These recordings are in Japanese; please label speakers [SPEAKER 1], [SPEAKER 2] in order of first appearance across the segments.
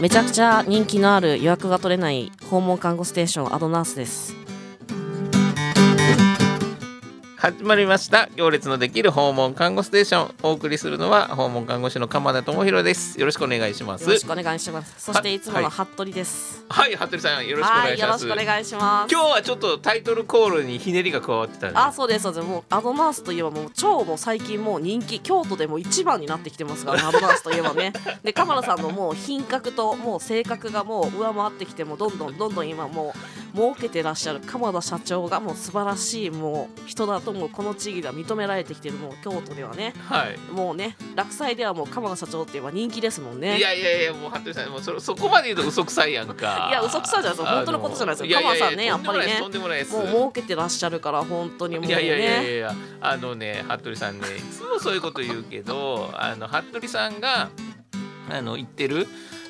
[SPEAKER 1] めちゃくちゃ人気のある予約が取れない訪問看護ステーションアドナースです
[SPEAKER 2] 始まりました行列のできる訪問看護ステーションお送りするのは訪問看護師の鎌田智博ですよろしくお願いします
[SPEAKER 1] よろしくお願いしますそしていつもの
[SPEAKER 2] は
[SPEAKER 1] 服部です
[SPEAKER 2] はい服部さんよろしくお
[SPEAKER 1] は
[SPEAKER 2] 願い
[SPEAKER 1] い
[SPEAKER 2] し
[SPEAKER 1] よろ
[SPEAKER 2] ま
[SPEAKER 1] し
[SPEAKER 2] す
[SPEAKER 1] くお願いします
[SPEAKER 2] 今日はちょっとタイトルコールにひねりが加わってたね
[SPEAKER 1] あそうですそうですもうアドナースといえばもう超もう最近もう人気京都でも一番になってきてます からアドナースといえばねで鎌田さんのもう品格ともう性格がもう上回ってきてもうどんどんどんどん今もう儲けてらっしゃる鎌田社長がもう素晴らしいもう人だともうこの地域では認められてきてるもう京都ではね
[SPEAKER 2] はい
[SPEAKER 1] もうね落斎ではもう鎌田社長って言えば人気ですもんね
[SPEAKER 2] いやいやいやもう服部さんもうそれそこまで言うと嘘くさいやんか
[SPEAKER 1] いや嘘くさいじゃないですよ本当のことじゃないですよ
[SPEAKER 2] あの
[SPEAKER 1] 鎌田さんね
[SPEAKER 2] いいい
[SPEAKER 1] やっぱりね
[SPEAKER 2] とんでもないですと
[SPEAKER 1] もう
[SPEAKER 2] んでもないで
[SPEAKER 1] 儲
[SPEAKER 2] す
[SPEAKER 1] けてらっしゃるから本当にもう
[SPEAKER 2] い
[SPEAKER 1] ね
[SPEAKER 2] やいやいやいやいやあのね服部さんねいつもそういうこと言うけど あの服部さんがあの行ってる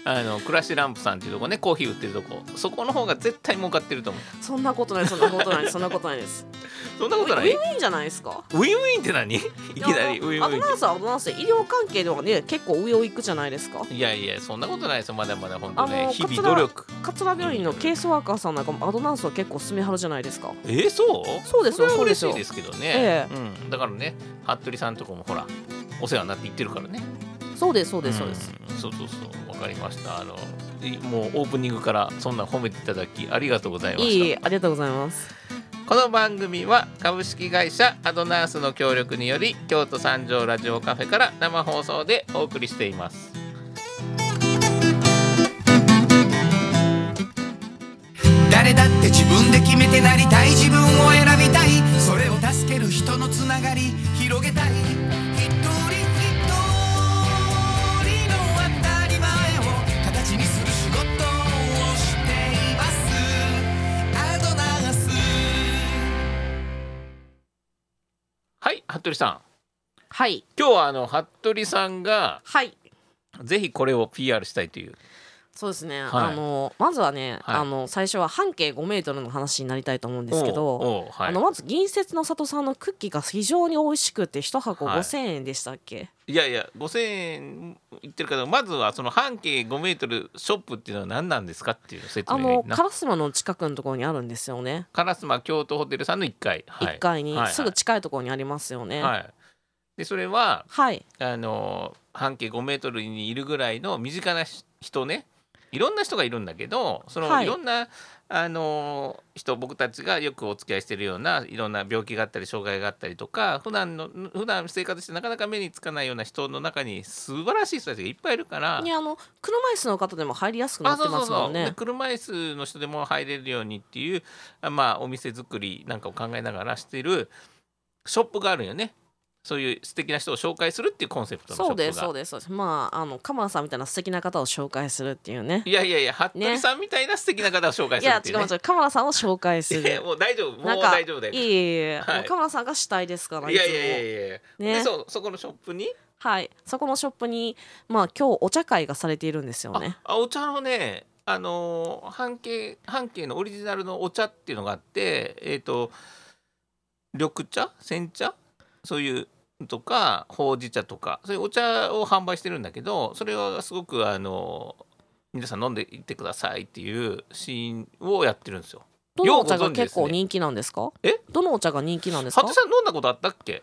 [SPEAKER 2] あの暮らしランプさんっていうとこねコーヒー売ってるとこそこの方が絶対儲かってると思う
[SPEAKER 1] そんなことないそんなことないですそんなことないです
[SPEAKER 2] そんなことな
[SPEAKER 1] ウ
[SPEAKER 2] い
[SPEAKER 1] ィ
[SPEAKER 2] ウ
[SPEAKER 1] ンウィンじゃないですか
[SPEAKER 2] ィンウィンって何いきなりウィン
[SPEAKER 1] ア
[SPEAKER 2] ウィ
[SPEAKER 1] ド
[SPEAKER 2] ン
[SPEAKER 1] ナースはアドナースで医療関係ではね結構上を行くじゃないですか
[SPEAKER 2] いやいやそんなことないですよまだまだ本当
[SPEAKER 1] あ
[SPEAKER 2] ね
[SPEAKER 1] の
[SPEAKER 2] 日々
[SPEAKER 1] 桂
[SPEAKER 2] 努力
[SPEAKER 1] 桂病院のケースワーカーさんなんかもアドナースは結構進めはるじゃないですか
[SPEAKER 2] えー、そう
[SPEAKER 1] そうですよ
[SPEAKER 2] それ
[SPEAKER 1] そ
[SPEAKER 2] は
[SPEAKER 1] うで
[SPEAKER 2] 嬉
[SPEAKER 1] す
[SPEAKER 2] し
[SPEAKER 1] よ
[SPEAKER 2] いですけどね、
[SPEAKER 1] え
[SPEAKER 2] うん、だからね服部さんとこもほらお世話になって行ってるからね
[SPEAKER 1] そうですそうです
[SPEAKER 2] ん
[SPEAKER 1] そうです、。
[SPEAKER 2] そうそうそう、わかりました。あの、いもうオープニングからそんな褒めていただき、ありがとうございま
[SPEAKER 1] い
[SPEAKER 2] した。
[SPEAKER 1] いいいありがとうございます
[SPEAKER 2] この番組は株式会社アドナースの協力により、京都三条ラジオカフェから生放送でお送りしています。
[SPEAKER 3] 誰だって自分で決めてなりたい自分を選びたいそれを助ける人のつながり広げたい一人一人の当たり前を形にする仕事をしていますアドナース
[SPEAKER 2] はい、服部さん。
[SPEAKER 1] はい
[SPEAKER 2] 今日はあの服部さんが
[SPEAKER 1] はい
[SPEAKER 2] ぜひこれを PR したいという。
[SPEAKER 1] そうですね、
[SPEAKER 2] はい
[SPEAKER 1] あのまずはね、
[SPEAKER 2] はい
[SPEAKER 1] あの最初は半径5メートルの話になりたいと思うんですけど
[SPEAKER 2] おうおうは
[SPEAKER 1] あのまず銀節の里さんのクッキーが非常に美味しくて一箱5,000円でしたっけ、
[SPEAKER 2] い。いやいや、5000円言ってるから、まずはその半径5メートルショップっていうのは何なんですかっていう説
[SPEAKER 1] あ
[SPEAKER 2] 明がい
[SPEAKER 1] の
[SPEAKER 2] いな。
[SPEAKER 1] 烏丸の近くのところにあるんですよね、
[SPEAKER 2] 烏丸京都ホテルさんの1階、は
[SPEAKER 1] 1階に
[SPEAKER 2] はい
[SPEAKER 1] すぐ近いところにありますよね
[SPEAKER 2] はい、でそれは
[SPEAKER 1] はい
[SPEAKER 2] あの半径5メートルにいるぐらいの身近なし人ねいろんな人がいるんだけどその、、
[SPEAKER 1] はいい
[SPEAKER 2] ろんなあの人僕たちがよくお付き合いしてるようないろんな病気があったり障害があったりとか普段の普段生活してなかなか目につかないような人の中に素晴らしい人たちがいっぱいいるから。
[SPEAKER 1] ね、あの車椅子の方でも入りやすくな
[SPEAKER 2] あ
[SPEAKER 1] っ
[SPEAKER 2] そ
[SPEAKER 1] て
[SPEAKER 2] うそ
[SPEAKER 1] ま
[SPEAKER 2] う
[SPEAKER 1] すも
[SPEAKER 2] そ
[SPEAKER 1] ん
[SPEAKER 2] うで
[SPEAKER 1] ね。
[SPEAKER 2] 車椅子の人でも入れるようにっていうあまあお店作りなんかを考えながらしてるショップがあるよねそういう素敵な人を紹介するっていうコンセプトのショッ
[SPEAKER 1] そ
[SPEAKER 2] プ
[SPEAKER 1] う
[SPEAKER 2] が
[SPEAKER 1] ですそうですそうです。まああのカマラさんみたいな素敵な方を紹介するっていうね。
[SPEAKER 2] いやいやいや服部
[SPEAKER 1] ね
[SPEAKER 2] さんみたいな素敵な方を紹介
[SPEAKER 1] い
[SPEAKER 2] する
[SPEAKER 1] や
[SPEAKER 2] っ、て
[SPEAKER 1] 違
[SPEAKER 2] いうう、
[SPEAKER 1] 違
[SPEAKER 2] ね
[SPEAKER 1] う、カマラさんを紹介す
[SPEAKER 2] いやいや
[SPEAKER 1] る。
[SPEAKER 2] もう大丈夫もう
[SPEAKER 1] なんか
[SPEAKER 2] 大丈夫だよ
[SPEAKER 1] いえいえいえ、
[SPEAKER 2] はい
[SPEAKER 1] もうカマラさんが主体ですから。
[SPEAKER 2] い
[SPEAKER 1] いつ
[SPEAKER 2] や
[SPEAKER 1] も
[SPEAKER 2] いやいやいや、で
[SPEAKER 1] ね、
[SPEAKER 2] そうそこのショップに
[SPEAKER 1] はい、そこのショップに、まあ今日お茶会がされているんですよ
[SPEAKER 2] あ
[SPEAKER 1] ね。
[SPEAKER 2] あお茶のねあのー半径半径のオリジナルのお茶っていうのがあってえっ、と緑茶煎茶そういうとかほうじ茶とかそういうお茶を販売してるんだけどそれはすごくあのー皆さん飲んでいってくださいっていうシーンをやってるんですよ。
[SPEAKER 1] どのお茶
[SPEAKER 2] よう
[SPEAKER 1] が
[SPEAKER 2] ご存知ですね
[SPEAKER 1] 結構人気なんですか？
[SPEAKER 2] え
[SPEAKER 1] どのお茶が人気なんです
[SPEAKER 2] 佐
[SPEAKER 1] か
[SPEAKER 2] 藤？さん飲んだことあったっけ？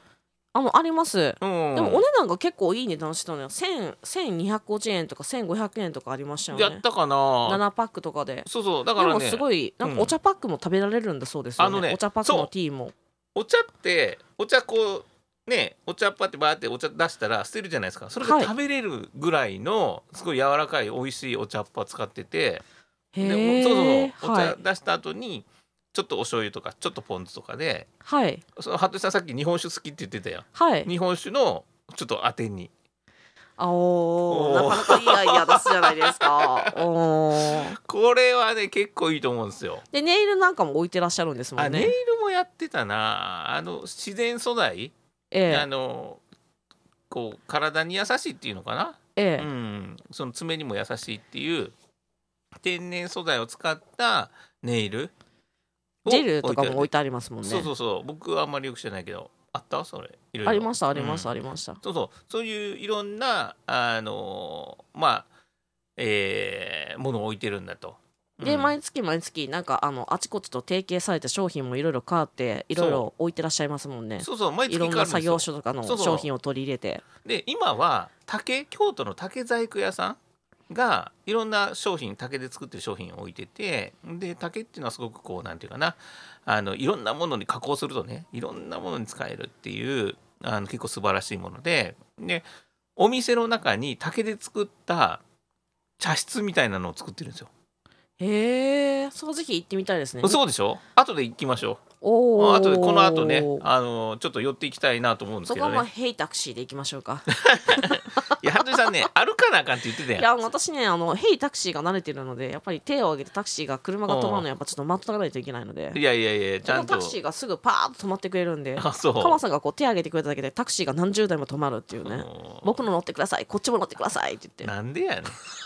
[SPEAKER 1] あのあります。
[SPEAKER 2] うん。
[SPEAKER 1] でもお値段が結構いい値段してたのよ。千千二百五十円とか千五百円とかありました
[SPEAKER 2] や
[SPEAKER 1] よね
[SPEAKER 2] っ。たかな。
[SPEAKER 1] 七パックとかで。
[SPEAKER 2] そうそうだか
[SPEAKER 1] で
[SPEAKER 2] ら
[SPEAKER 1] も
[SPEAKER 2] ね
[SPEAKER 1] すごいなん
[SPEAKER 2] うん
[SPEAKER 1] かお茶パックも食べられるんだそうですよね,、
[SPEAKER 2] あのね
[SPEAKER 1] お茶パック
[SPEAKER 2] そ
[SPEAKER 1] も
[SPEAKER 2] う
[SPEAKER 1] ティーも
[SPEAKER 2] お茶ってお茶こうねお茶パってバーってお茶出したら捨てるじゃないですかそれが
[SPEAKER 1] はい
[SPEAKER 2] 食べれるぐらいのすごい柔らかい美味しいお茶っ葉使ってて、
[SPEAKER 1] へ
[SPEAKER 2] で
[SPEAKER 1] え
[SPEAKER 2] そうそうお
[SPEAKER 1] は
[SPEAKER 2] 茶
[SPEAKER 1] い、
[SPEAKER 2] 出した後にちょっとお醤油とかちょっとポン酢とかで
[SPEAKER 1] はい
[SPEAKER 2] その服部さんさっき日本酒好きって言ってたやん
[SPEAKER 1] はい、
[SPEAKER 2] 日本酒のちょっと当てに
[SPEAKER 1] あおー
[SPEAKER 2] お
[SPEAKER 1] な
[SPEAKER 2] ー
[SPEAKER 1] かなかいいアイデア出すじゃないですか おー
[SPEAKER 2] これはね結構いいと思うんですよ。
[SPEAKER 1] でネイルなんかも置いてらっしゃるんですも
[SPEAKER 2] あ
[SPEAKER 1] ん
[SPEAKER 2] ネイ
[SPEAKER 1] ね
[SPEAKER 2] ルもやってたなあの自然素材あ
[SPEAKER 1] ええ
[SPEAKER 2] のこう体に優しいっていうのかな、
[SPEAKER 1] え
[SPEAKER 2] う
[SPEAKER 1] え
[SPEAKER 2] ん、その爪にも優しいっていう天然素材を使ったネイルを
[SPEAKER 1] ジェルとかも置い
[SPEAKER 2] て
[SPEAKER 1] てありますも
[SPEAKER 2] あ
[SPEAKER 1] ん
[SPEAKER 2] る
[SPEAKER 1] ね
[SPEAKER 2] そうそうそう僕はあんまりよく知らないけどあったそれいろいろ
[SPEAKER 1] ありましたありました、
[SPEAKER 2] うん
[SPEAKER 1] ありました
[SPEAKER 2] そうそうそういういろんなあのまあえー、ものを置いてるんだと。
[SPEAKER 1] で
[SPEAKER 2] うん
[SPEAKER 1] 毎月毎月なんかあのあちこちと提携されて商品もいろいろ変わっていろいろ置いてらっしゃいますもんね
[SPEAKER 2] そうそう毎
[SPEAKER 1] い
[SPEAKER 2] 月
[SPEAKER 1] ろん
[SPEAKER 2] 変わ
[SPEAKER 1] な
[SPEAKER 2] るんで
[SPEAKER 1] 作
[SPEAKER 2] す
[SPEAKER 1] 業
[SPEAKER 2] よ
[SPEAKER 1] 所とかの
[SPEAKER 2] そうそう
[SPEAKER 1] 商品を取り入れて
[SPEAKER 2] で今は竹京都の竹細工屋さんがいろんな商品竹で作ってる商品を置いててで竹っていうのはすごくこうなんていうかなあのいろんなものに加工するとねいろんなものに使えるっていうあの結構素晴らしいものででお店の中に竹で作った茶室みたいなのを作ってるんですよ。
[SPEAKER 1] へえその時期行ってみたいですね
[SPEAKER 2] そうでしょ後で行きましょう。
[SPEAKER 1] おー
[SPEAKER 2] あとでこの後ねあのちょっと寄っていきたいなと思うんです
[SPEAKER 1] そ
[SPEAKER 2] け
[SPEAKER 1] こは
[SPEAKER 2] ど
[SPEAKER 1] まあ
[SPEAKER 2] ね。
[SPEAKER 1] ヘイタクシーで行きましょうか
[SPEAKER 2] いや服部さんね歩かなあかんって言ってたやん
[SPEAKER 1] い。や私ねあのヘイタクシーが慣れてるのでやっぱり手を挙げてタクシーが車が止まるのやっぱちょっと待っとかないといけないので
[SPEAKER 2] いやいやいやち
[SPEAKER 1] こ
[SPEAKER 2] ゃ
[SPEAKER 1] の
[SPEAKER 2] んと
[SPEAKER 1] タクシーがすぐパーッと止まってくれるんで
[SPEAKER 2] あそう
[SPEAKER 1] カマさんがこう手挙げてくれただけでタクシーが何十台も止まるっていうね
[SPEAKER 2] うん
[SPEAKER 1] 僕の乗ってくださいこっちも乗ってくださいって言って
[SPEAKER 2] なんでやねん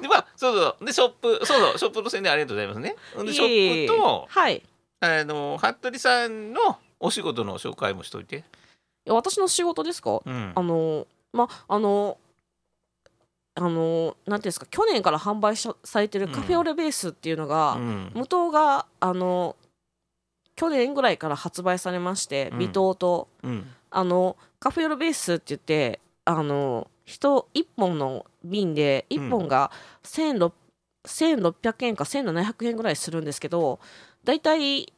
[SPEAKER 2] でまあそうそうでショップそうそうショップの宣伝ありがとうございますねでショップと
[SPEAKER 1] はい
[SPEAKER 2] あの服部さんのお仕事の紹介もしといて、
[SPEAKER 1] いや私の仕事ですか、
[SPEAKER 2] うん、
[SPEAKER 1] あのまあのあのなんていうんですか去年から販売しされてるカフェオレベースっていうのが、
[SPEAKER 2] うん
[SPEAKER 1] 無糖があの去年ぐらいから発売されまして、
[SPEAKER 2] うん
[SPEAKER 1] 微糖と
[SPEAKER 2] うん
[SPEAKER 1] あのカフェオレベースって言ってあの人1本の瓶で
[SPEAKER 2] うん
[SPEAKER 1] 1本が1600 1600円か1700円ぐらいするんですけどだいたい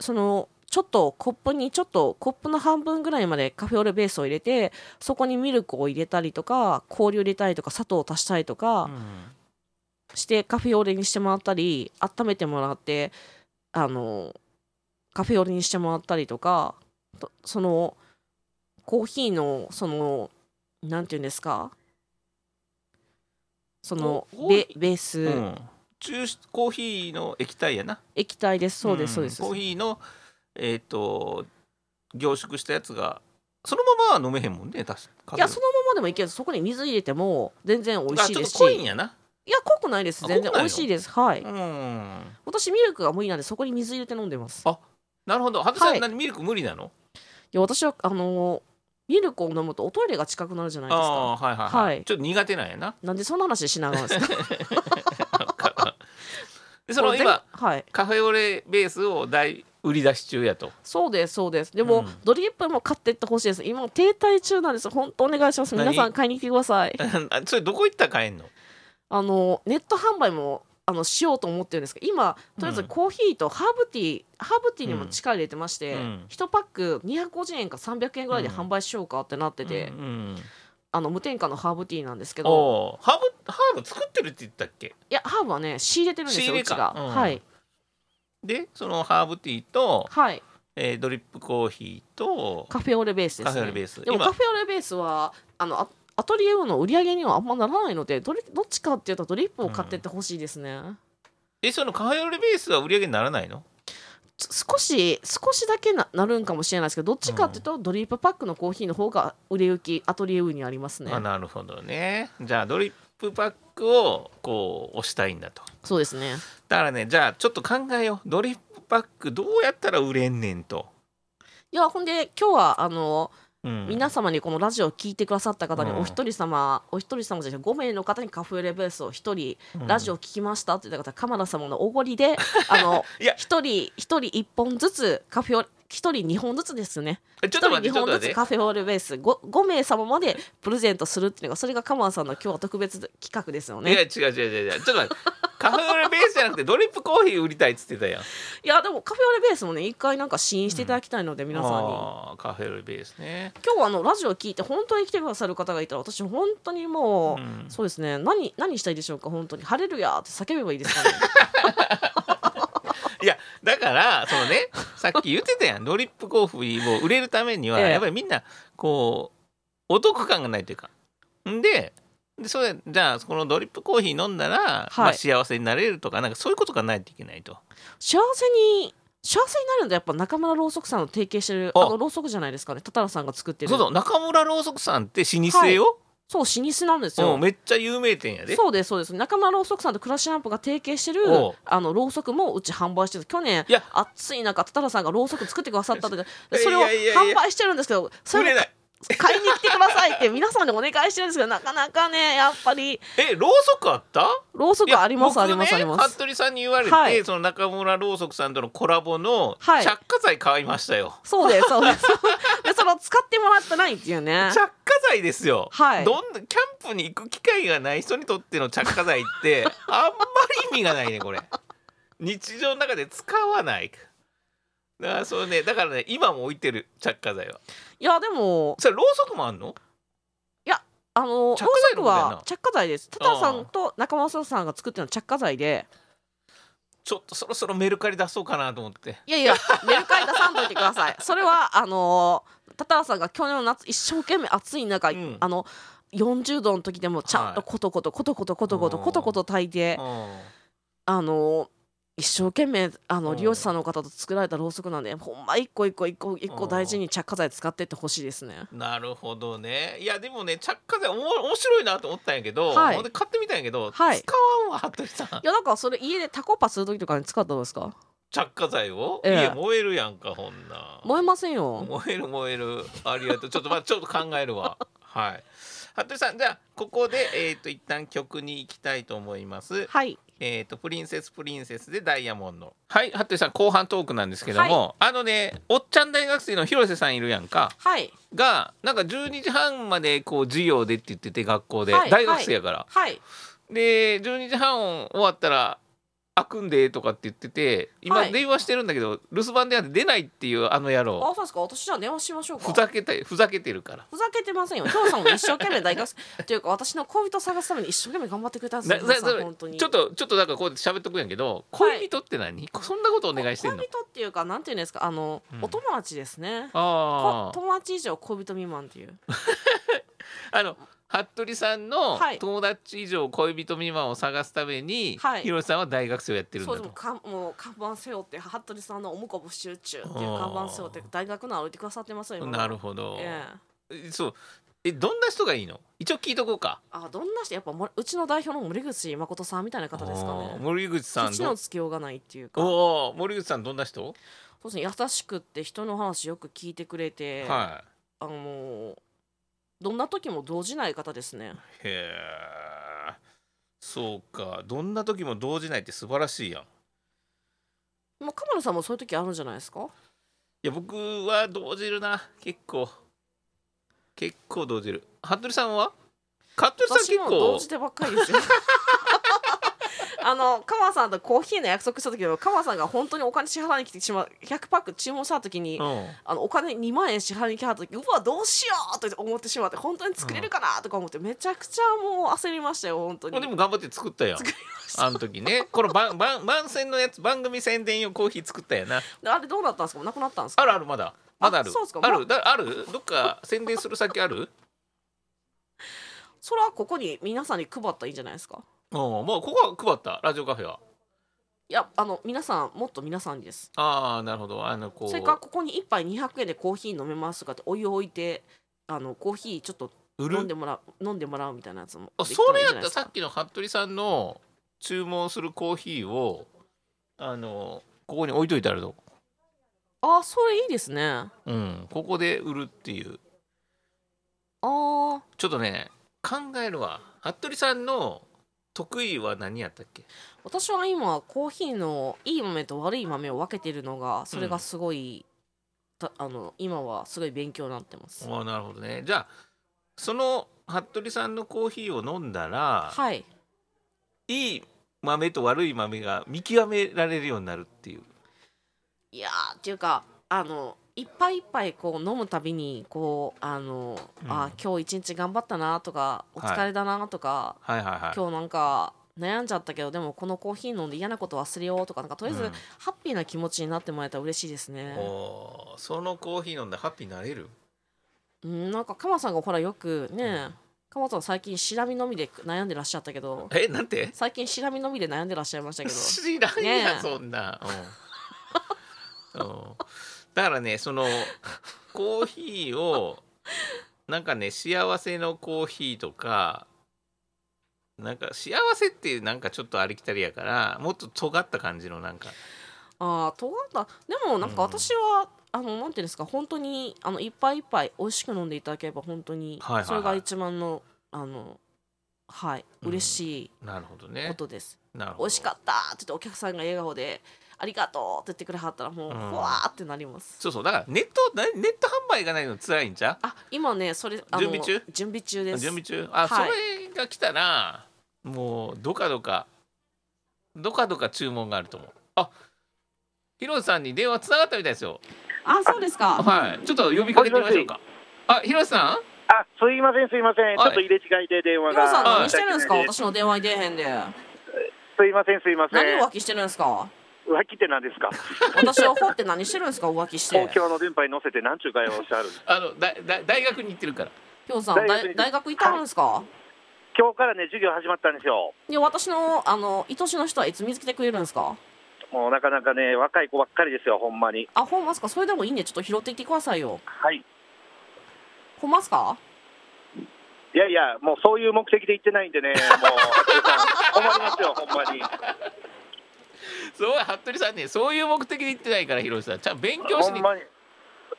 [SPEAKER 1] そのちょっとコップにちょっとコップの半分ぐらいまでカフェオレベースを入れてそこにミルクを入れたりとか氷を入れたりとか砂糖を足したりとかしてカフェオレにしてもらったり温めてもらってあのカフェオレにしてもらったりとかとそのコーヒーのそのなんていうんですかそのベ
[SPEAKER 2] ココーヒ
[SPEAKER 1] ベース、
[SPEAKER 2] うんうん抽出コーヒーの液体やな
[SPEAKER 1] 液体ですそうです、
[SPEAKER 2] ん
[SPEAKER 1] そうです
[SPEAKER 2] コーヒーのえっ、と凝縮したやつがそのままは飲めへんもんね確か
[SPEAKER 1] いやそのままでもいけるそこに水入れても全然美味
[SPEAKER 2] あ
[SPEAKER 1] しい
[SPEAKER 2] ちょ
[SPEAKER 1] で
[SPEAKER 2] っと
[SPEAKER 1] すし
[SPEAKER 2] 濃いんやな、
[SPEAKER 1] いや濃くないです
[SPEAKER 2] あ
[SPEAKER 1] 全然
[SPEAKER 2] 濃くな
[SPEAKER 1] 美
[SPEAKER 2] いの
[SPEAKER 1] 味しいですはい、
[SPEAKER 2] うん、
[SPEAKER 1] 私ミルクが無理なんでそこに水入れて飲んでます
[SPEAKER 2] なるほど服部さん、
[SPEAKER 1] はい
[SPEAKER 2] 何ミルク無理なの
[SPEAKER 1] いや私はあのミルクを飲むとおトイレが近くなるじゃないですか
[SPEAKER 2] ああーはいはい、は
[SPEAKER 1] はい
[SPEAKER 2] い、ちょっと苦手なんやな
[SPEAKER 1] なんでそんな話しながらですか
[SPEAKER 2] でその
[SPEAKER 1] これ
[SPEAKER 2] 今
[SPEAKER 1] はい
[SPEAKER 2] カフェオレベースを大売り出し中 やと
[SPEAKER 1] そうですそうですでも、
[SPEAKER 2] うん
[SPEAKER 1] ドリップも買ってってほしいです今停滞中なんです本当お願いします
[SPEAKER 2] 何
[SPEAKER 1] 皆さん買いに来てください
[SPEAKER 2] あそれどこ行ったら買えんの
[SPEAKER 1] あのネット販売もあのしようと思ってるんですけど今とりあえず
[SPEAKER 2] うん
[SPEAKER 1] コーヒーとハーブティー、ハーブティーにも力入れてまして、
[SPEAKER 2] うん
[SPEAKER 1] 1パック250円か300円ぐらいで販売しようかってなってて、
[SPEAKER 2] うんうん
[SPEAKER 1] あの無添加のハーブティーなんですけど
[SPEAKER 2] おーハーブハーブ作ってるって言ったっけ
[SPEAKER 1] いやハーブはね仕入れてるんです
[SPEAKER 2] 仕
[SPEAKER 1] よ
[SPEAKER 2] 入
[SPEAKER 1] う
[SPEAKER 2] れ
[SPEAKER 1] ち
[SPEAKER 2] か
[SPEAKER 1] が、
[SPEAKER 2] うん
[SPEAKER 1] はい
[SPEAKER 2] でそのハーブティーと、
[SPEAKER 1] はい
[SPEAKER 2] えードリップコーヒーと
[SPEAKER 1] カフェオレベースです、ね、
[SPEAKER 2] カフェオレベース
[SPEAKER 1] でも
[SPEAKER 2] 今
[SPEAKER 1] カフェオレベースはあのアアトリエウの売り上げにはあんまならないのでどれどっちかっていうとドリップを買ってってほしいですね、
[SPEAKER 2] えそのカフェオレベースは売り上げにならないの
[SPEAKER 1] ち少し少しだけななるんかもしれないですけどどっちかっていうとドリップパックのコーヒーの方が売れ行きアトリエウにありますね
[SPEAKER 2] あなるほどねじゃあドリップパックをこう押したいんだと
[SPEAKER 1] そうですね
[SPEAKER 2] だからねじゃあちょっと考えようドリップパックどうやったら売れんねんと、
[SPEAKER 1] いやほんで今日はあの、
[SPEAKER 2] うん
[SPEAKER 1] 皆様にこのラジオを聞いてくださった方に
[SPEAKER 2] うん
[SPEAKER 1] お一人様、お一人様じゃなくて5名の方にカフェオレベースを一人
[SPEAKER 2] うん
[SPEAKER 1] ラジオ聞きましたって言った方鎌田様のおごり であの
[SPEAKER 2] いや
[SPEAKER 1] 一人一人一本ずつカフェオレ一人二本ずつですね
[SPEAKER 2] えちょ
[SPEAKER 1] 一
[SPEAKER 2] っと
[SPEAKER 1] 人
[SPEAKER 2] 待
[SPEAKER 1] 二
[SPEAKER 2] ってちょっ
[SPEAKER 1] 本ず
[SPEAKER 2] と待っ
[SPEAKER 1] つ
[SPEAKER 2] て
[SPEAKER 1] カフェオレベース 5, 5名様までプレゼントするっていうのがそれが鎌田さんの今日は特別企画ですよね
[SPEAKER 2] いや違う違う違う違うちょっと待ってカフェオレベースじゃなくてドリップコーヒー売りたいっつってたやん
[SPEAKER 1] いやでもカフェオレベースもね一回なんか試飲していただきたいので、皆さんに
[SPEAKER 2] あーカフェオレベースね
[SPEAKER 1] 今日はあのラジオ聞いて本当に来てくださる方がいたら私本当にもう、
[SPEAKER 2] うん
[SPEAKER 1] そうですね何何したいでしょうか本当に「晴れるや」って叫べばいいです かね
[SPEAKER 2] いやだからそのねさっき言ってたやんドリップコーヒーを売れるために は、
[SPEAKER 1] ええ
[SPEAKER 2] やっぱりみんなこうお得感がないというかんででそれじゃあこのドリップコーヒー飲んだら、
[SPEAKER 1] い
[SPEAKER 2] まあ、幸せになれるとかなんかそういうことがないといけないと
[SPEAKER 1] 幸せに幸せになるんだやっぱ中村ろうそくさんの提携してるあ
[SPEAKER 2] あ
[SPEAKER 1] のろうそくじゃないですかねたたらさんが作ってる
[SPEAKER 2] そうそう中村ろうそくさんって老舗よ、
[SPEAKER 1] そう老舗なんです
[SPEAKER 2] う
[SPEAKER 1] よ
[SPEAKER 2] んめっちゃ有名店やで
[SPEAKER 1] そうですそうです中村ろうそくさんとクラシアンプが提携してる
[SPEAKER 2] おう
[SPEAKER 1] あのろうそくもうち販売してる去年
[SPEAKER 2] いや
[SPEAKER 1] 暑い中たたらさんがろうそく作ってくださったとか
[SPEAKER 2] いや
[SPEAKER 1] それを
[SPEAKER 2] いやいやい
[SPEAKER 1] 販
[SPEAKER 2] や
[SPEAKER 1] 売してるんですけどそ
[SPEAKER 2] 売
[SPEAKER 1] れ
[SPEAKER 2] れ
[SPEAKER 1] も
[SPEAKER 2] ない
[SPEAKER 1] 買いに来てくださいって皆さんにお願いしてるんですけどなかなかねやっぱり
[SPEAKER 2] えろうそくあった
[SPEAKER 1] ろうそ
[SPEAKER 2] い
[SPEAKER 1] く
[SPEAKER 2] や
[SPEAKER 1] ありますあ
[SPEAKER 2] 僕
[SPEAKER 1] りますありま
[SPEAKER 2] ね、
[SPEAKER 1] す
[SPEAKER 2] 服部さんに言われて、
[SPEAKER 1] はい
[SPEAKER 2] その中村ろうそくさんとのコラボの
[SPEAKER 1] はい
[SPEAKER 2] 着火剤買いましたよ、
[SPEAKER 1] そうですそうですでその使ってもらってないっていうね
[SPEAKER 2] 着火剤ですよ、
[SPEAKER 1] はい
[SPEAKER 2] どんなキャンプに行く機会がない人にとっての着火剤って あんまり意味がないねこれ日常の中で使わないだからそうねだからね今も置いてる着火剤はい
[SPEAKER 1] やでも
[SPEAKER 2] それろうそくもあんの
[SPEAKER 1] あのろう
[SPEAKER 2] 着
[SPEAKER 1] そ
[SPEAKER 2] 火剤
[SPEAKER 1] く
[SPEAKER 2] のことやな
[SPEAKER 1] は着火剤ですタタさんと中松さんが作ってるのは着火剤で
[SPEAKER 2] ちょっとそろそろメルカリ出そうかなと思って
[SPEAKER 1] いやいやメルカリ出さんといてくださいそれはあのタタさんが去年の夏一生懸命暑い中、
[SPEAKER 2] うん
[SPEAKER 1] あの40度の時でもちゃんとコトコトコトコトコトコトコトコト炊いて、
[SPEAKER 2] うん
[SPEAKER 1] あの一生懸命あの
[SPEAKER 2] うん
[SPEAKER 1] 利用者さんの方と作られたろうそくなんでほんま一個一個一個一個大事に着火剤使ってってほしいですね。
[SPEAKER 2] なるほどねいやでもね着火剤おも面白いなと思ったんやけど、
[SPEAKER 1] はい
[SPEAKER 2] ほんで買ってみたんやけど、
[SPEAKER 1] はい
[SPEAKER 2] 使わんわ服部さん
[SPEAKER 1] いやなんかそれ家でタコパする時とかに使ったんですか
[SPEAKER 2] 着火剤を、
[SPEAKER 1] ええ
[SPEAKER 2] いや燃えるやんかほんな
[SPEAKER 1] 燃えませんよ。
[SPEAKER 2] 燃える燃えるありがとうちょっとまあちょっと考えるわ はい服部さんじゃあここでえっ、と一旦曲に行きたいと思います
[SPEAKER 1] はい
[SPEAKER 2] えっ、とプリンセスプリンセスでダイヤモンドはい服部さん後半トークなんですけども、あのねおっちゃん大学生の広瀬さんいるやんか
[SPEAKER 1] はい
[SPEAKER 2] がなんか12時半までこう授業でって言ってて学校で、
[SPEAKER 1] はい
[SPEAKER 2] 大学生やから、
[SPEAKER 1] はい
[SPEAKER 2] で12時半終わったら開くんでとかって言ってて
[SPEAKER 1] は
[SPEAKER 2] 今
[SPEAKER 1] い
[SPEAKER 2] 電話してるんだけど、留守番電話で出ないっていうあの野
[SPEAKER 1] あ
[SPEAKER 2] 郎
[SPEAKER 1] そうですか私じゃあ電話しましょうか
[SPEAKER 2] ふ。ざけたいふざけてるから。
[SPEAKER 1] ふざけてませんよ。ヒョウさんも一生懸命大学生というか私の恋人を探すために一生懸命頑張ってくれたんです
[SPEAKER 2] な
[SPEAKER 1] よ。
[SPEAKER 2] な
[SPEAKER 1] 皆さん本当に。
[SPEAKER 2] ちょっとちょっとなんかこうやって喋っとくんやけど
[SPEAKER 1] はい
[SPEAKER 2] 恋人って何、そんなことお願いしてんの
[SPEAKER 1] 恋人っていうかなんていうんですかあの、
[SPEAKER 2] うん
[SPEAKER 1] お友達ですね。こ
[SPEAKER 2] あー
[SPEAKER 1] 友達以上恋人未満っていう。
[SPEAKER 2] あの服部さんの
[SPEAKER 1] はい
[SPEAKER 2] 友達以上恋人未満を探すために、
[SPEAKER 1] はい
[SPEAKER 2] 広瀬さんは大学生をやってるんだ
[SPEAKER 1] そう
[SPEAKER 2] と
[SPEAKER 1] でもかもう看板背負って服部さんのおむこぼ集中っていう看板背負って大学の歩いてくださってますよ今
[SPEAKER 2] なるほど、
[SPEAKER 1] ええ
[SPEAKER 2] そうえどんな人がいいの一応聞いとこうか
[SPEAKER 1] あどんな人やっぱもうちの代表の森口誠さんみたいな方ですか
[SPEAKER 2] あー
[SPEAKER 1] ね
[SPEAKER 2] 森口さ
[SPEAKER 1] 土
[SPEAKER 2] ん
[SPEAKER 1] 地
[SPEAKER 2] ど
[SPEAKER 1] のつきようがないっていうかそ
[SPEAKER 2] おお森口さんどんな人、
[SPEAKER 1] うですね優しくって人の話よく聞いてくれて、
[SPEAKER 2] は
[SPEAKER 1] あのーどんな時も動じない方ですね
[SPEAKER 2] いへえそうかどんな時も動じないって素晴らしいやんい
[SPEAKER 1] まあ鎌野さんもそういう時あるんじゃないですか
[SPEAKER 2] や僕は動じるな結構結構動じる服部さんは服部さん
[SPEAKER 1] 私
[SPEAKER 2] 結
[SPEAKER 1] も
[SPEAKER 2] 構
[SPEAKER 1] 動じてばっかりですよあの鎌野さんとコーヒーの約束した時の鎌野さんが本当にお金支払いに来てしまう100パック注文した時に、
[SPEAKER 2] うん
[SPEAKER 1] あのお金2万円支払いに来はった時うわどうしようと思ってしまって本当に作れるかなとか思ってめちゃくちゃもう焦りましたよ本当
[SPEAKER 2] まあ
[SPEAKER 1] に
[SPEAKER 2] でも頑張って作ったやんあの時ねこの番番番宣のやつ番組宣伝用コーヒー作ったやな
[SPEAKER 1] であれどうなったんですかなくなったんですか
[SPEAKER 2] あるあるまだまだある
[SPEAKER 1] あそうっすか
[SPEAKER 2] あるだあるどっか宣伝する先ある
[SPEAKER 1] それはここに皆さんに配ったらいいんじゃないですか
[SPEAKER 2] うんもうここは配ったラジオカフェはい
[SPEAKER 1] やあの皆さんもっと皆さんにです
[SPEAKER 2] ああなるほどあのこう
[SPEAKER 1] それからここに1杯200円でコーヒー飲めますとかってお湯を置いてあのコーヒーちょっと
[SPEAKER 2] 売
[SPEAKER 1] 飲ん
[SPEAKER 2] る
[SPEAKER 1] でもらう飲んでもらうみたいなやつも
[SPEAKER 2] あ
[SPEAKER 1] でき
[SPEAKER 2] そ
[SPEAKER 1] ら
[SPEAKER 2] れ
[SPEAKER 1] いい
[SPEAKER 2] や
[SPEAKER 1] ん
[SPEAKER 2] っ
[SPEAKER 1] じゃない
[SPEAKER 2] たら
[SPEAKER 1] ですか
[SPEAKER 2] さっきの服部さんの注文するコーヒーをあのここに置いといてあると、
[SPEAKER 1] あそれいいですねあ
[SPEAKER 2] うん、ここで売るっていう
[SPEAKER 1] ー
[SPEAKER 2] ちょっとね考えるわ服部さんの得意は何やったっけ
[SPEAKER 1] 私は今コーヒーのいい豆と悪い豆を分けてるのがそれがすごい、たあの今はすごい勉強になってます
[SPEAKER 2] ああなるほどねじゃあその服部さんのコーヒーを飲んだら、
[SPEAKER 1] はい
[SPEAKER 2] い、い豆と悪い豆が見極められるようになるっていう
[SPEAKER 1] いやーっていうかあのいっぱいいっぱいこう飲むたびにこうあの、
[SPEAKER 2] うん
[SPEAKER 1] あー今日一日頑張ったなとかお疲れだなとか、
[SPEAKER 2] はいはいはい
[SPEAKER 1] 今日なんか悩んじゃったけどでもこのコーヒー飲んで嫌なこと忘れようとかなんかとりあえず、
[SPEAKER 2] うん
[SPEAKER 1] ハッピーな気持ちになってもらえたら嬉しいですね
[SPEAKER 2] おーそのコーヒー飲んでハッピーになれる
[SPEAKER 1] うんなんかカマさんがほらよくね、
[SPEAKER 2] うん
[SPEAKER 1] カマさん最近しらみのみで悩んでらっしゃったけど
[SPEAKER 2] えなんて
[SPEAKER 1] 最近しらみのみで悩んでらっしゃいましたけ ど
[SPEAKER 2] 知らん
[SPEAKER 1] ね
[SPEAKER 2] や
[SPEAKER 1] え
[SPEAKER 2] そんな、うんうんだからねそのコーヒーをなんかね幸せのコーヒーとかなんか幸せっていうなんかちょっとありきたりやからもっと尖った感じのなんか
[SPEAKER 1] ああ尖ったでもなんか
[SPEAKER 2] うん
[SPEAKER 1] 私は、あのなんていうんですか本当にあのいっぱいいっぱい美味しく飲んでいただければ本当に、
[SPEAKER 2] はいはいはい
[SPEAKER 1] それが一番のあのはい
[SPEAKER 2] うん
[SPEAKER 1] 嬉し
[SPEAKER 2] なるほど
[SPEAKER 1] い
[SPEAKER 2] ね
[SPEAKER 1] ことです、
[SPEAKER 2] なるほど
[SPEAKER 1] 美味しかったって言ってお客さんが笑顔でありがとうって言ってくれはったらもう、
[SPEAKER 2] うん
[SPEAKER 1] ふわーってなります
[SPEAKER 2] そうそうだからネットなネット販売がないの辛いんじゃ
[SPEAKER 1] あ今ねそれあの
[SPEAKER 2] 準備中
[SPEAKER 1] 準備中で
[SPEAKER 2] 準
[SPEAKER 1] す
[SPEAKER 2] 備中あ、
[SPEAKER 1] はい
[SPEAKER 2] それが来たらもうどかどかどかどか注文があると思うあヒロさんに電話つながったみたいですよ
[SPEAKER 1] あそうですか
[SPEAKER 2] はいちょっと呼びかけてみましょうかあヒロさん
[SPEAKER 4] あ、すいません、すいません。
[SPEAKER 2] はい
[SPEAKER 4] ちょっと入れ違いで電話
[SPEAKER 1] ヒロ
[SPEAKER 4] が。
[SPEAKER 1] さん
[SPEAKER 2] はい
[SPEAKER 1] 何してるんですか、
[SPEAKER 4] はい
[SPEAKER 1] 私の電話に出えへんで
[SPEAKER 4] すいません、すいませ
[SPEAKER 1] 何
[SPEAKER 4] ん
[SPEAKER 1] を。浮気してるんですか
[SPEAKER 4] 浮気って何ですか
[SPEAKER 1] 私を掘って何してるんですか浮気して
[SPEAKER 4] 公共の電波に乗せて何ちゅう会話をしてあるんです
[SPEAKER 2] あのだだ大学に行ってるから
[SPEAKER 1] ヒョウさん
[SPEAKER 4] 大学
[SPEAKER 1] 大
[SPEAKER 4] に
[SPEAKER 1] 大学行ったんですか、
[SPEAKER 4] 今日からね、授業始まったんですよ。
[SPEAKER 1] で私のあの愛しの人はいつ見つけてくれるんですか
[SPEAKER 4] もうなかなかね、若い子ばっかりですよ、ほんまに。
[SPEAKER 1] あほんますかそれでもいいんでちょっと拾ってきてくださいよ
[SPEAKER 4] はい。
[SPEAKER 1] ほんますか
[SPEAKER 4] いやいや、もうそういう目的で行ってないん でね、もう、困りますよ、ほんまに。
[SPEAKER 2] すごい服部さんねそういう目的で行ってないからヒロさんちゃんと勉強し
[SPEAKER 4] ほ
[SPEAKER 2] に
[SPEAKER 4] んまに。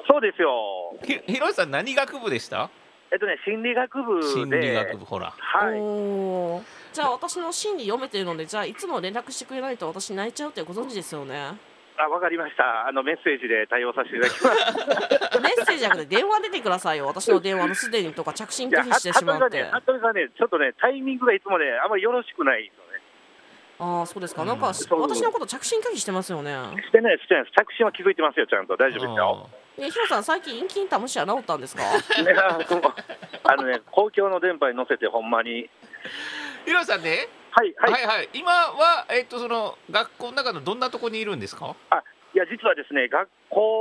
[SPEAKER 4] そうですよ。
[SPEAKER 2] ひヒロさん何学部でした
[SPEAKER 4] えっとね、心理学部で。
[SPEAKER 2] 心理学部ほら
[SPEAKER 4] はい。
[SPEAKER 1] おーじゃあ私の心理読めてるのでじゃあいつも連絡してくれないと私泣いちゃうってご存知ですよね
[SPEAKER 4] あ、わかりました。あの、メッセージで対応させていただきます。
[SPEAKER 1] メッセージじゃなくて電話出てくださいよ私の電話のすでにとか着信
[SPEAKER 4] い
[SPEAKER 1] 拒
[SPEAKER 4] や、
[SPEAKER 1] 否してしま
[SPEAKER 4] は
[SPEAKER 1] っ
[SPEAKER 4] 服部
[SPEAKER 1] て
[SPEAKER 4] さんね、服部さんね、ちょっとね、タイミングがいつもね、あんまりよろしくないんですよね。
[SPEAKER 1] ああそうですかなん
[SPEAKER 2] う
[SPEAKER 1] か
[SPEAKER 2] ん
[SPEAKER 1] し私のこと着信拒否してますよね
[SPEAKER 4] してないですしてないです。着信は気づいてますよ、ちゃんと。大丈夫ですよ。
[SPEAKER 1] ねヒロさん最近陰菌たむしは治ったん ですか
[SPEAKER 4] いやもうあのね、公共の電波に乗せて、ほんまに。
[SPEAKER 2] ヒロさんね
[SPEAKER 4] はい、
[SPEAKER 2] は
[SPEAKER 4] はいい、
[SPEAKER 2] はい、今はえっとその学校の中のどんなとこにいるんですか
[SPEAKER 4] いや、実はですね、学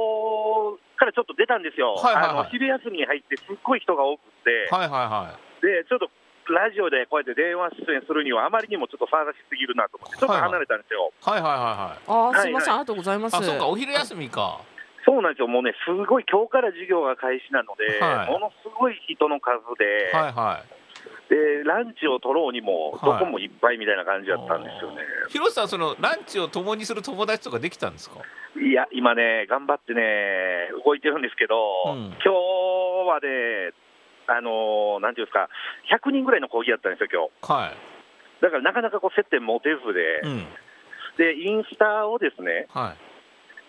[SPEAKER 4] 校からちょっと出たんですよ。
[SPEAKER 2] はいはいはい
[SPEAKER 4] あの昼休みに入って、すっごい人が多くて、
[SPEAKER 2] はいはいは
[SPEAKER 4] で、ちょっと。ラジオでこうやって電話出演するにはあまりにもちょっと騒がしすぎるなと思ってちょっと
[SPEAKER 2] はいはい
[SPEAKER 4] 離れたんですよ、
[SPEAKER 2] いはいはい
[SPEAKER 1] ああ
[SPEAKER 2] はいはい
[SPEAKER 4] いはい
[SPEAKER 1] すいません、ありがとうございます
[SPEAKER 2] あそうかお昼休みか
[SPEAKER 4] そうなんですよもうねすごい今日から授業が開始なので、
[SPEAKER 2] はい
[SPEAKER 4] ものすごい人の数で,、
[SPEAKER 2] はいは
[SPEAKER 4] でランチを取ろうにもどこもいっぱいみたいな感じだったんですよね、
[SPEAKER 2] いヒロさんそのランチを共にする友達とかできたんですか
[SPEAKER 4] いや、今ね、頑張ってね、動いてるんですけど、
[SPEAKER 2] うん
[SPEAKER 4] 今日はね、あのーなんていうんですか、100人ぐらいの講義やったんですよ、今
[SPEAKER 2] は
[SPEAKER 4] 日だからなかなかこう接点持てず
[SPEAKER 2] い
[SPEAKER 4] で、
[SPEAKER 2] うん
[SPEAKER 4] で、インスタをですね、
[SPEAKER 2] はい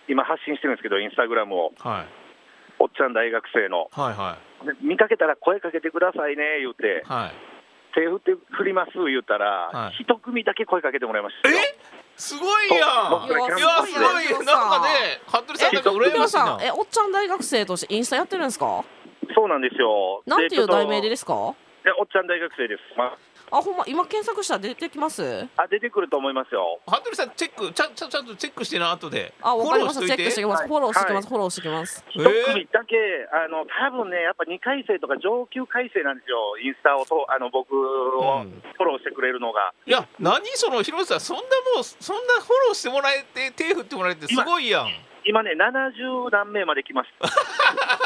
[SPEAKER 4] 今発信してるんですけど、インスタグラムを、
[SPEAKER 2] はい
[SPEAKER 4] おっちゃん大学生の、
[SPEAKER 2] はいは
[SPEAKER 4] で見かけたら声かけてくださいね、言うて
[SPEAKER 2] い、はい
[SPEAKER 4] 手振って振ります、言うたら
[SPEAKER 2] は、い
[SPEAKER 4] 一、組だけ声かけてもらいましたよ。
[SPEAKER 2] すごいやんい
[SPEAKER 4] そ
[SPEAKER 1] いや
[SPEAKER 4] う
[SPEAKER 2] や
[SPEAKER 1] す
[SPEAKER 2] す
[SPEAKER 1] ごい
[SPEAKER 2] ご
[SPEAKER 1] ヒロさ
[SPEAKER 2] い
[SPEAKER 1] ん
[SPEAKER 2] なんかね服部さんなんか
[SPEAKER 1] ヒ
[SPEAKER 2] 羨ま
[SPEAKER 1] ロ
[SPEAKER 2] しい
[SPEAKER 1] さ
[SPEAKER 2] なん
[SPEAKER 1] えおっちゃん大学生としてインスタやってるんですか
[SPEAKER 4] そうなんですよ。
[SPEAKER 1] なんていう題名でですすか
[SPEAKER 4] おっちゃん大学生です。ま
[SPEAKER 1] あほんま今検索したら出てきます
[SPEAKER 4] あ、出てくると思いますよ。
[SPEAKER 2] 服部さんチェックちゃんちゃんちゃんとチェックしてな後で
[SPEAKER 1] あわかりまし
[SPEAKER 2] フ
[SPEAKER 1] たチェ
[SPEAKER 2] ォロ
[SPEAKER 1] ッ
[SPEAKER 2] ー
[SPEAKER 1] クしてき
[SPEAKER 2] しといて
[SPEAKER 1] ますフォローしてきま
[SPEAKER 4] は
[SPEAKER 1] すフォローしてきます
[SPEAKER 2] え
[SPEAKER 4] 一
[SPEAKER 2] ー
[SPEAKER 4] 組だけ、あの多分ね、やっぱ2回生とか上級回生なんですよ、インスタをとあの僕
[SPEAKER 2] う
[SPEAKER 4] を
[SPEAKER 2] ん
[SPEAKER 4] フォローしてくれるのが、
[SPEAKER 2] いや何そのヒロさんそんなもうそんなフォローしてもらえて手振ってもらえてすごいやん
[SPEAKER 4] 今ね、70何名まで来 ました、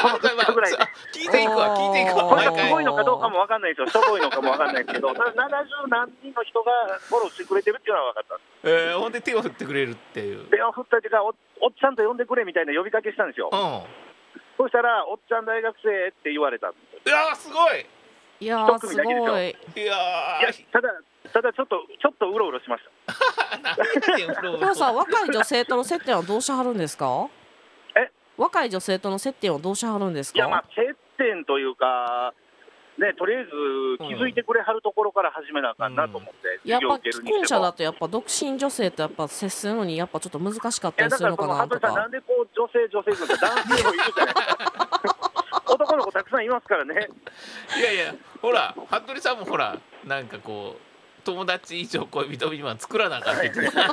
[SPEAKER 4] この
[SPEAKER 2] まあまあ
[SPEAKER 4] ぐらいで、
[SPEAKER 2] 聞いていくわ
[SPEAKER 1] おー
[SPEAKER 2] 聞いていく
[SPEAKER 1] ま
[SPEAKER 2] わ
[SPEAKER 4] これ
[SPEAKER 2] 毎
[SPEAKER 4] がすご
[SPEAKER 2] 回
[SPEAKER 4] いのかどうかも分かん ないですよ、しょぼいのかも分かんないですけど、ただ70何人の人がフォローしてくれてるっていうのは分かった、
[SPEAKER 2] えー、ほんで手を振ってくれるっていう
[SPEAKER 4] 電話振ったりとかお、おっちゃんと呼んでくれみたいな呼びかけしたんですよ
[SPEAKER 2] う、ん
[SPEAKER 4] そしたら、おっちゃん大学生って言われたんです
[SPEAKER 2] い
[SPEAKER 4] よ。
[SPEAKER 2] やーすごい
[SPEAKER 1] いや
[SPEAKER 4] 一
[SPEAKER 1] ー
[SPEAKER 4] 組
[SPEAKER 1] す
[SPEAKER 4] だけでしょ
[SPEAKER 1] ごい
[SPEAKER 2] いや
[SPEAKER 4] いや
[SPEAKER 2] ー
[SPEAKER 4] ただただちょっと、ちょっとうろうろしました。
[SPEAKER 2] 何やねんフロ
[SPEAKER 1] ヒロ
[SPEAKER 2] ー
[SPEAKER 1] さん若い女性との接点はどうしはるんですか
[SPEAKER 4] え
[SPEAKER 1] 若い女性との接点はどうしはるんです
[SPEAKER 4] いや、まあ
[SPEAKER 1] か、
[SPEAKER 4] 接点というか、ね、とりあえず気づいてくれはるところから始めなあかんなと思って、
[SPEAKER 1] やっぱ
[SPEAKER 4] 受け
[SPEAKER 1] 既婚
[SPEAKER 4] して
[SPEAKER 1] 者
[SPEAKER 4] も
[SPEAKER 1] だとやっぱ独身女性とやっぱ接するのにやっぱちょっと難しかっ
[SPEAKER 4] い
[SPEAKER 1] た
[SPEAKER 4] や
[SPEAKER 1] り
[SPEAKER 4] だ
[SPEAKER 1] す
[SPEAKER 4] か
[SPEAKER 1] るの
[SPEAKER 4] ら
[SPEAKER 1] か
[SPEAKER 4] その
[SPEAKER 1] な
[SPEAKER 4] 羽
[SPEAKER 1] と
[SPEAKER 4] 鳥さん、な
[SPEAKER 1] か
[SPEAKER 4] んでこう女性、女性とか男性もいるじゃないですか。 男の子たくさんいますからね。
[SPEAKER 2] いやいやほら服部さんもほらなんかこう友達以上恋人未満作らなあかんって言ってた
[SPEAKER 1] い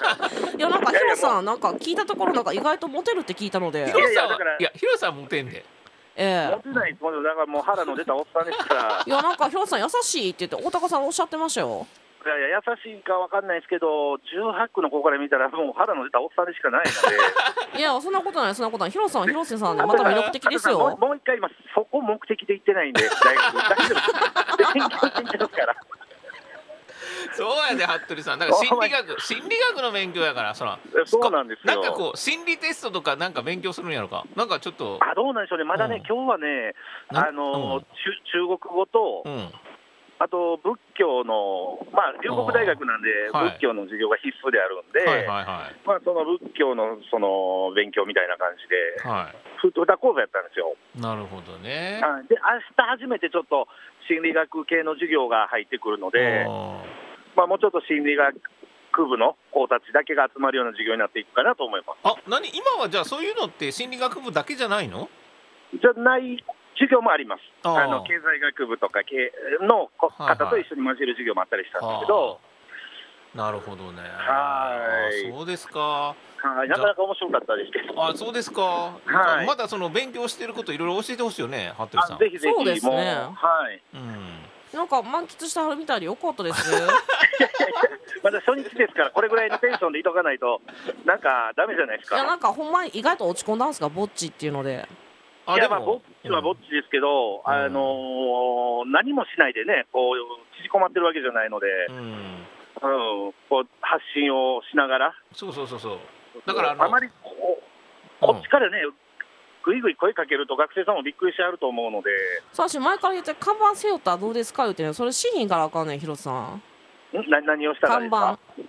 [SPEAKER 1] やなんかヒロさんなんか聞いたところなんか意外とモテるって聞いたので
[SPEAKER 2] ヒロ
[SPEAKER 4] いやい
[SPEAKER 2] さ
[SPEAKER 4] や
[SPEAKER 2] ん
[SPEAKER 4] だから
[SPEAKER 2] はいやヒロさんモテんで
[SPEAKER 1] え
[SPEAKER 4] モ
[SPEAKER 1] え
[SPEAKER 4] テないですもんねだからもう腹の出たおっさんですから。
[SPEAKER 1] いやなんかヒロさん優しいって言って大高さんおっしゃってましたよ
[SPEAKER 4] いやいや、優しいかわかんないですけど、18区の子から見たら、もう腹の出たおっさんでしかないので。
[SPEAKER 1] いやそんなことないそんなことないヒロさんはヒロセさんで また魅力的です
[SPEAKER 4] も
[SPEAKER 1] よ
[SPEAKER 4] うもう一回今、そこ目的で行ってないんで、大学、大丈夫です。勉強してきてますから。
[SPEAKER 2] そうやで服部さんだから心理 学心理学の勉強やからそら
[SPEAKER 4] えそうなんです
[SPEAKER 2] な
[SPEAKER 4] よ
[SPEAKER 2] んかこう心理テストとかなんか勉強するんやろかなんかちょっと
[SPEAKER 4] あどうなんでしょうね、まだね、
[SPEAKER 2] うん
[SPEAKER 4] 今日はね、
[SPEAKER 2] な
[SPEAKER 4] あの
[SPEAKER 2] うん
[SPEAKER 4] 中中国語と、
[SPEAKER 2] うん
[SPEAKER 4] あと仏教の、まあ、龍谷大学なんで、
[SPEAKER 2] あーはい
[SPEAKER 4] 仏教の授業が必須であるんで、
[SPEAKER 2] はいはいは
[SPEAKER 4] まあ、その仏教のその勉強みたいな感じ
[SPEAKER 2] い
[SPEAKER 4] で、
[SPEAKER 2] は
[SPEAKER 4] ふ歌講座やったんですよ。
[SPEAKER 2] いなるほどね
[SPEAKER 4] はいで、明日初めてちょっと心理学系の授業が入ってくるので、
[SPEAKER 2] おー
[SPEAKER 4] まあ、もうちょっと心理学部の子たちだけが集まるような授業になっていくかなと思います。
[SPEAKER 2] あ何今はじゃあそういうのって心理学部だけじゃないの
[SPEAKER 4] じゃない授業もあります。
[SPEAKER 2] あー
[SPEAKER 4] あの経済学部とか経のこ
[SPEAKER 2] はいは
[SPEAKER 4] 方
[SPEAKER 2] い
[SPEAKER 4] と一緒に交じる授業もあったりしたんですけど、
[SPEAKER 2] あーなるほどね
[SPEAKER 4] はい
[SPEAKER 2] あそうですか
[SPEAKER 4] はい、なかなか面白かったですけど。
[SPEAKER 2] あそうですか、
[SPEAKER 4] はい
[SPEAKER 2] まだその勉強してることいろいろ教えてほしいよね服部さ
[SPEAKER 4] あ
[SPEAKER 2] ん
[SPEAKER 4] ぜひぜ
[SPEAKER 1] そうで
[SPEAKER 4] ひ
[SPEAKER 1] す
[SPEAKER 4] も
[SPEAKER 1] ね
[SPEAKER 4] う、はい、
[SPEAKER 2] うん
[SPEAKER 1] なんか満喫してはるみたいでよかった です。
[SPEAKER 4] まだ初日ですから、これぐらいのテンションでいとかないと、なんかダメじゃないです
[SPEAKER 1] いやな
[SPEAKER 4] か。
[SPEAKER 1] んかほんまに意外と落ち込んだんすかぼっちっていうので。
[SPEAKER 2] あ
[SPEAKER 4] い
[SPEAKER 2] で
[SPEAKER 4] や、
[SPEAKER 2] も
[SPEAKER 4] まあ、ぼっちはぼっちですけど、
[SPEAKER 2] うん
[SPEAKER 4] あのー何もしないでね、こう、縮こまってるわけじゃないので、
[SPEAKER 2] うん
[SPEAKER 4] うん、こう発信をしながら、
[SPEAKER 2] そうそうそうそうだからあの
[SPEAKER 4] まりこう
[SPEAKER 2] うん
[SPEAKER 4] こっちからね、ぐいぐい声かけると、学生さんもびっくりしてあると思うので、
[SPEAKER 1] さあし前から言って看板背負ったらどうですか言ってねそれしひんからあかんねんひろさん。
[SPEAKER 4] んな何をしたら
[SPEAKER 1] 看
[SPEAKER 4] いいですか
[SPEAKER 1] 板。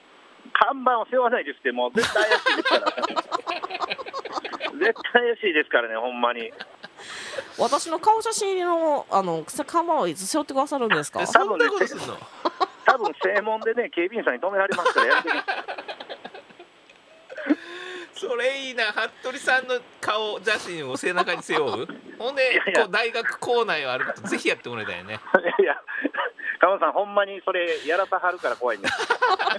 [SPEAKER 4] 看板を背負わないですって、もう絶対怪しいですから、絶対怪しいですからね、ほんまに。
[SPEAKER 1] 私の顔写真のあの看板をいつ背負ってくださるんですか
[SPEAKER 2] え。そんなことすんの
[SPEAKER 4] 多分正門でね、警備員さんに止められますから、やめてください
[SPEAKER 2] それいいな服部さんの顔写真を背中に背負う ほんで
[SPEAKER 4] いやいや
[SPEAKER 2] こう大学校内を歩くとぜひやってもらいたいよね
[SPEAKER 4] いや、カモさん、ほんまにそれ、やらさはるから怖いんです。
[SPEAKER 2] わか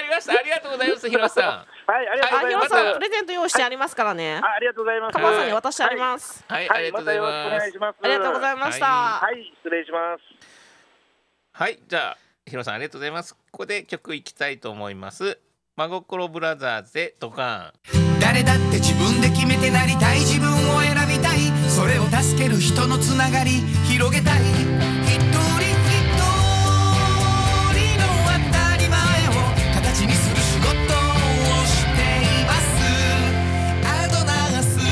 [SPEAKER 2] りましたありがとうござい ます広瀬さ
[SPEAKER 4] はい、ありがと
[SPEAKER 1] あ
[SPEAKER 4] うござ
[SPEAKER 1] ひ
[SPEAKER 4] いま
[SPEAKER 1] ろ
[SPEAKER 4] す。
[SPEAKER 1] さんプレゼント用意してありますからね。
[SPEAKER 4] あありがとうございます。
[SPEAKER 1] 看板さんに渡してあります。
[SPEAKER 2] んはい、
[SPEAKER 4] は
[SPEAKER 2] あり
[SPEAKER 4] い、
[SPEAKER 2] がと
[SPEAKER 4] ま
[SPEAKER 2] うござい
[SPEAKER 4] たよろしく
[SPEAKER 2] ま
[SPEAKER 4] お願い
[SPEAKER 2] す
[SPEAKER 4] します。
[SPEAKER 1] ありがとうございました。
[SPEAKER 2] は
[SPEAKER 4] はい、失礼します。
[SPEAKER 2] はいじゃあ広瀬さんありがとうございますここで曲いきたいと思います真心ブラザーズでドカ
[SPEAKER 3] 誰だって自分で決めてなりたい自分を選びたいそれを助ける人のつながり広げたい一人一人の当たり前を形にする仕事をしていますアドナース
[SPEAKER 5] フ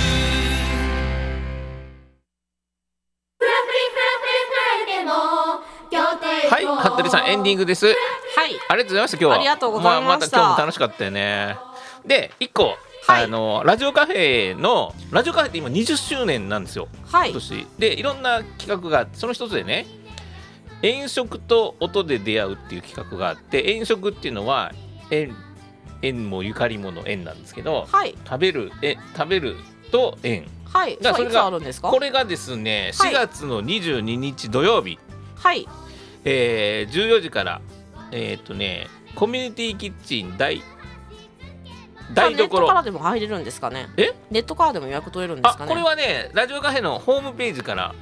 [SPEAKER 5] ラフラフラフラでも協定
[SPEAKER 2] ーンはい服部さんエンディングです
[SPEAKER 1] はい。
[SPEAKER 2] ありがとうございました今日は
[SPEAKER 1] ありがとうございました
[SPEAKER 2] まあまた今日も楽しかったよねで一個、
[SPEAKER 1] はい
[SPEAKER 2] あのラジオカフェのラジオカフェって今20周年なんですよ
[SPEAKER 1] はい
[SPEAKER 2] 今。年でいろんな企画があってその一つでね遠足と音で出会うっていう企画があって遠足っていうのは縁縁もゆかりもの縁なんですけど
[SPEAKER 1] はい。
[SPEAKER 2] 食べるえ食べると縁
[SPEAKER 1] はい。
[SPEAKER 2] じゃあ
[SPEAKER 1] そ
[SPEAKER 2] そ
[SPEAKER 1] れ
[SPEAKER 2] れ
[SPEAKER 1] い
[SPEAKER 2] が
[SPEAKER 1] つあるんですか
[SPEAKER 2] こ。れがですね
[SPEAKER 1] はい
[SPEAKER 2] 4月の22日土曜日、
[SPEAKER 1] はい。
[SPEAKER 2] えー14時からえーっ、とねコミュニティキッチン大台
[SPEAKER 1] ネット
[SPEAKER 2] 所
[SPEAKER 1] からでも入れるんですかね。
[SPEAKER 2] え？
[SPEAKER 1] ネットからでも予約取れるんです
[SPEAKER 2] あ
[SPEAKER 1] かね。
[SPEAKER 2] これはねラジオカフェのホームページから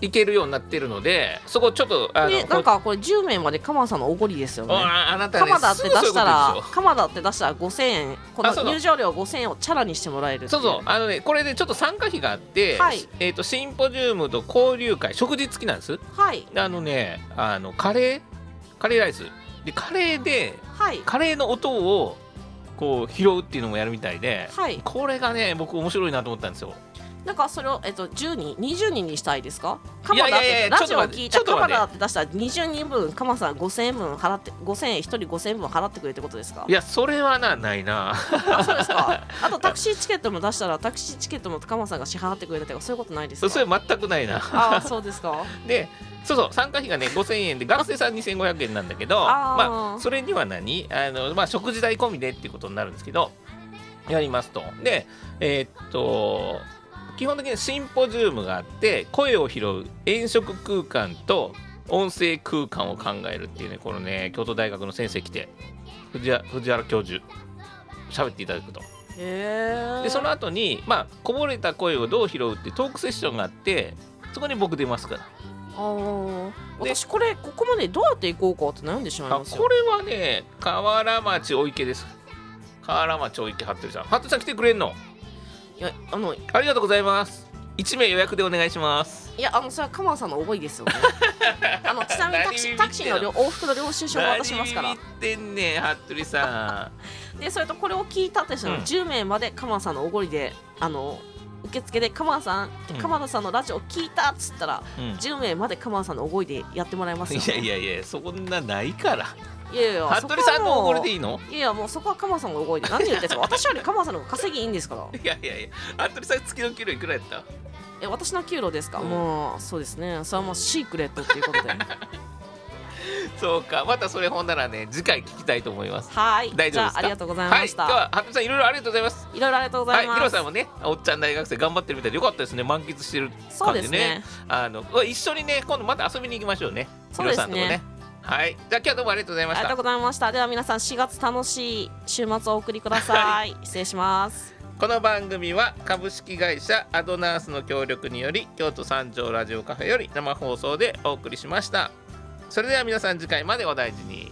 [SPEAKER 2] 行けるようになってるのでそこちょっとあの
[SPEAKER 1] でなんかこれ10名まで鎌田さんのおごりですよね。
[SPEAKER 2] ああなたね
[SPEAKER 1] 鎌田って出した
[SPEAKER 2] すぐそういう
[SPEAKER 1] ら
[SPEAKER 2] こ
[SPEAKER 1] 鎌田って出したら5000円こ
[SPEAKER 2] あそう
[SPEAKER 1] の
[SPEAKER 2] だ
[SPEAKER 1] 入場料5000円をチャラにしてもらえるって
[SPEAKER 2] とでしょそ
[SPEAKER 1] いう
[SPEAKER 2] そうあのねこれでちょっと参加費があって、
[SPEAKER 1] はい
[SPEAKER 2] えー、とシンポジウムと交流会食事付きなんです
[SPEAKER 1] はい
[SPEAKER 2] あのねあのカレーカレーライスでカレーで
[SPEAKER 1] はい
[SPEAKER 2] カレーの音をこう拾うっていうのもやるみたいで、
[SPEAKER 1] はい
[SPEAKER 2] これがね僕面白いなと思ったんですよ
[SPEAKER 1] なんかそれをえっと10人20人にしたいですか
[SPEAKER 2] い
[SPEAKER 1] 鎌
[SPEAKER 2] やい
[SPEAKER 1] 田っ
[SPEAKER 2] やいや
[SPEAKER 1] てラジオを聞い
[SPEAKER 2] ち
[SPEAKER 1] た
[SPEAKER 2] ょっと待
[SPEAKER 1] 鎌
[SPEAKER 2] って
[SPEAKER 1] 田って出したら20人分鎌田さん5000円分払って5000円1人5000円分払ってくれるってことですか
[SPEAKER 2] いやそれはなないな
[SPEAKER 1] あそうですかあとタクシーチケットも出したらタクシーチケットも鎌田さんが支払ってくれたとかそういうことないです
[SPEAKER 2] そ
[SPEAKER 1] か
[SPEAKER 2] れ全くないな
[SPEAKER 1] ああそうですか
[SPEAKER 2] でそうそう参加費がね5000円で学生さん2500円なんだけど
[SPEAKER 1] あー
[SPEAKER 2] まあ、それには何あの、まあ、食事代込みでっていうことになるんですけどやりますとでえーっと基本的にシンポジウムがあって声を拾う遠色空間と音声空間を考えるっていうねこのね京都大学の先生来て藤原藤原教授喋っていただくと
[SPEAKER 1] へえ
[SPEAKER 2] でその後にまあこぼれた声をどう拾うっていうトークセッションがあってそこに僕出ますから
[SPEAKER 1] ああ
[SPEAKER 2] で
[SPEAKER 1] 私これここまでどうやって行こうかって悩んでしまい
[SPEAKER 2] あ
[SPEAKER 1] ますよ
[SPEAKER 2] これはね河原町お池です河原町お池服部さん服部さん来てくれんの
[SPEAKER 1] いやあの
[SPEAKER 2] ありがとうございます一名予約でお願いします
[SPEAKER 1] いやあのそれは鎌田さんの覚え ですよねあのちなみにタクシータクシーの両往復の領収書を渡しますから
[SPEAKER 2] 何見てんねん服部さ
[SPEAKER 1] でそれとこれを聞いたとしても、
[SPEAKER 2] うん
[SPEAKER 1] 10名まで鎌田さんのおごりであの受付で鎌田さん
[SPEAKER 2] うん
[SPEAKER 1] 鎌田さんのラジオ聞いたっつったら、
[SPEAKER 2] ん、うん
[SPEAKER 1] 10名まで鎌田さんのおごりでやってもらいますよ
[SPEAKER 2] いやいやいやそんなないから
[SPEAKER 1] いやいや
[SPEAKER 2] 服部さんのおごりで
[SPEAKER 1] い
[SPEAKER 2] いいの
[SPEAKER 1] いやいやもうそこは鎌田さんがおごりで何言ってんすか私より鎌田さんの方が稼ぎいいんですから
[SPEAKER 2] いやいやいや服部さん月の給料いくらやった
[SPEAKER 1] え私の給料ですか、
[SPEAKER 2] うん
[SPEAKER 1] もうそうですねそれはもうシークレットっていうこと で
[SPEAKER 2] そうかまたそれほんならね次回聞きたいと思います
[SPEAKER 1] はい
[SPEAKER 2] 大
[SPEAKER 1] じ
[SPEAKER 2] 丈
[SPEAKER 1] ゃ
[SPEAKER 2] 夫ですか
[SPEAKER 1] あありがとうございました、
[SPEAKER 2] はい、今日は服部さんいろいろありがとうございます
[SPEAKER 1] いろいろありがとうございま
[SPEAKER 2] は
[SPEAKER 1] す。
[SPEAKER 2] ヒロさんもねおっちゃん大学生頑張ってるみたいでよかったですね満喫してる
[SPEAKER 1] そう
[SPEAKER 2] 感
[SPEAKER 1] で
[SPEAKER 2] じ
[SPEAKER 1] す
[SPEAKER 2] ね
[SPEAKER 1] ね。
[SPEAKER 2] あの一緒にね今度また遊びに行きましょうね
[SPEAKER 1] そうですね
[SPEAKER 2] ヒロさんとこねはいじゃあ今日はどうもありがとうござい
[SPEAKER 1] あ
[SPEAKER 2] ま
[SPEAKER 1] りが
[SPEAKER 2] し
[SPEAKER 1] と
[SPEAKER 2] た
[SPEAKER 1] うございました。では皆さん4月楽しい週末をお送りください。失礼します。
[SPEAKER 2] この番組は株式会社アドナースの協力により京都三条ラジオカフェより生放送でお送りしましたそれでは皆さん次回までお大事に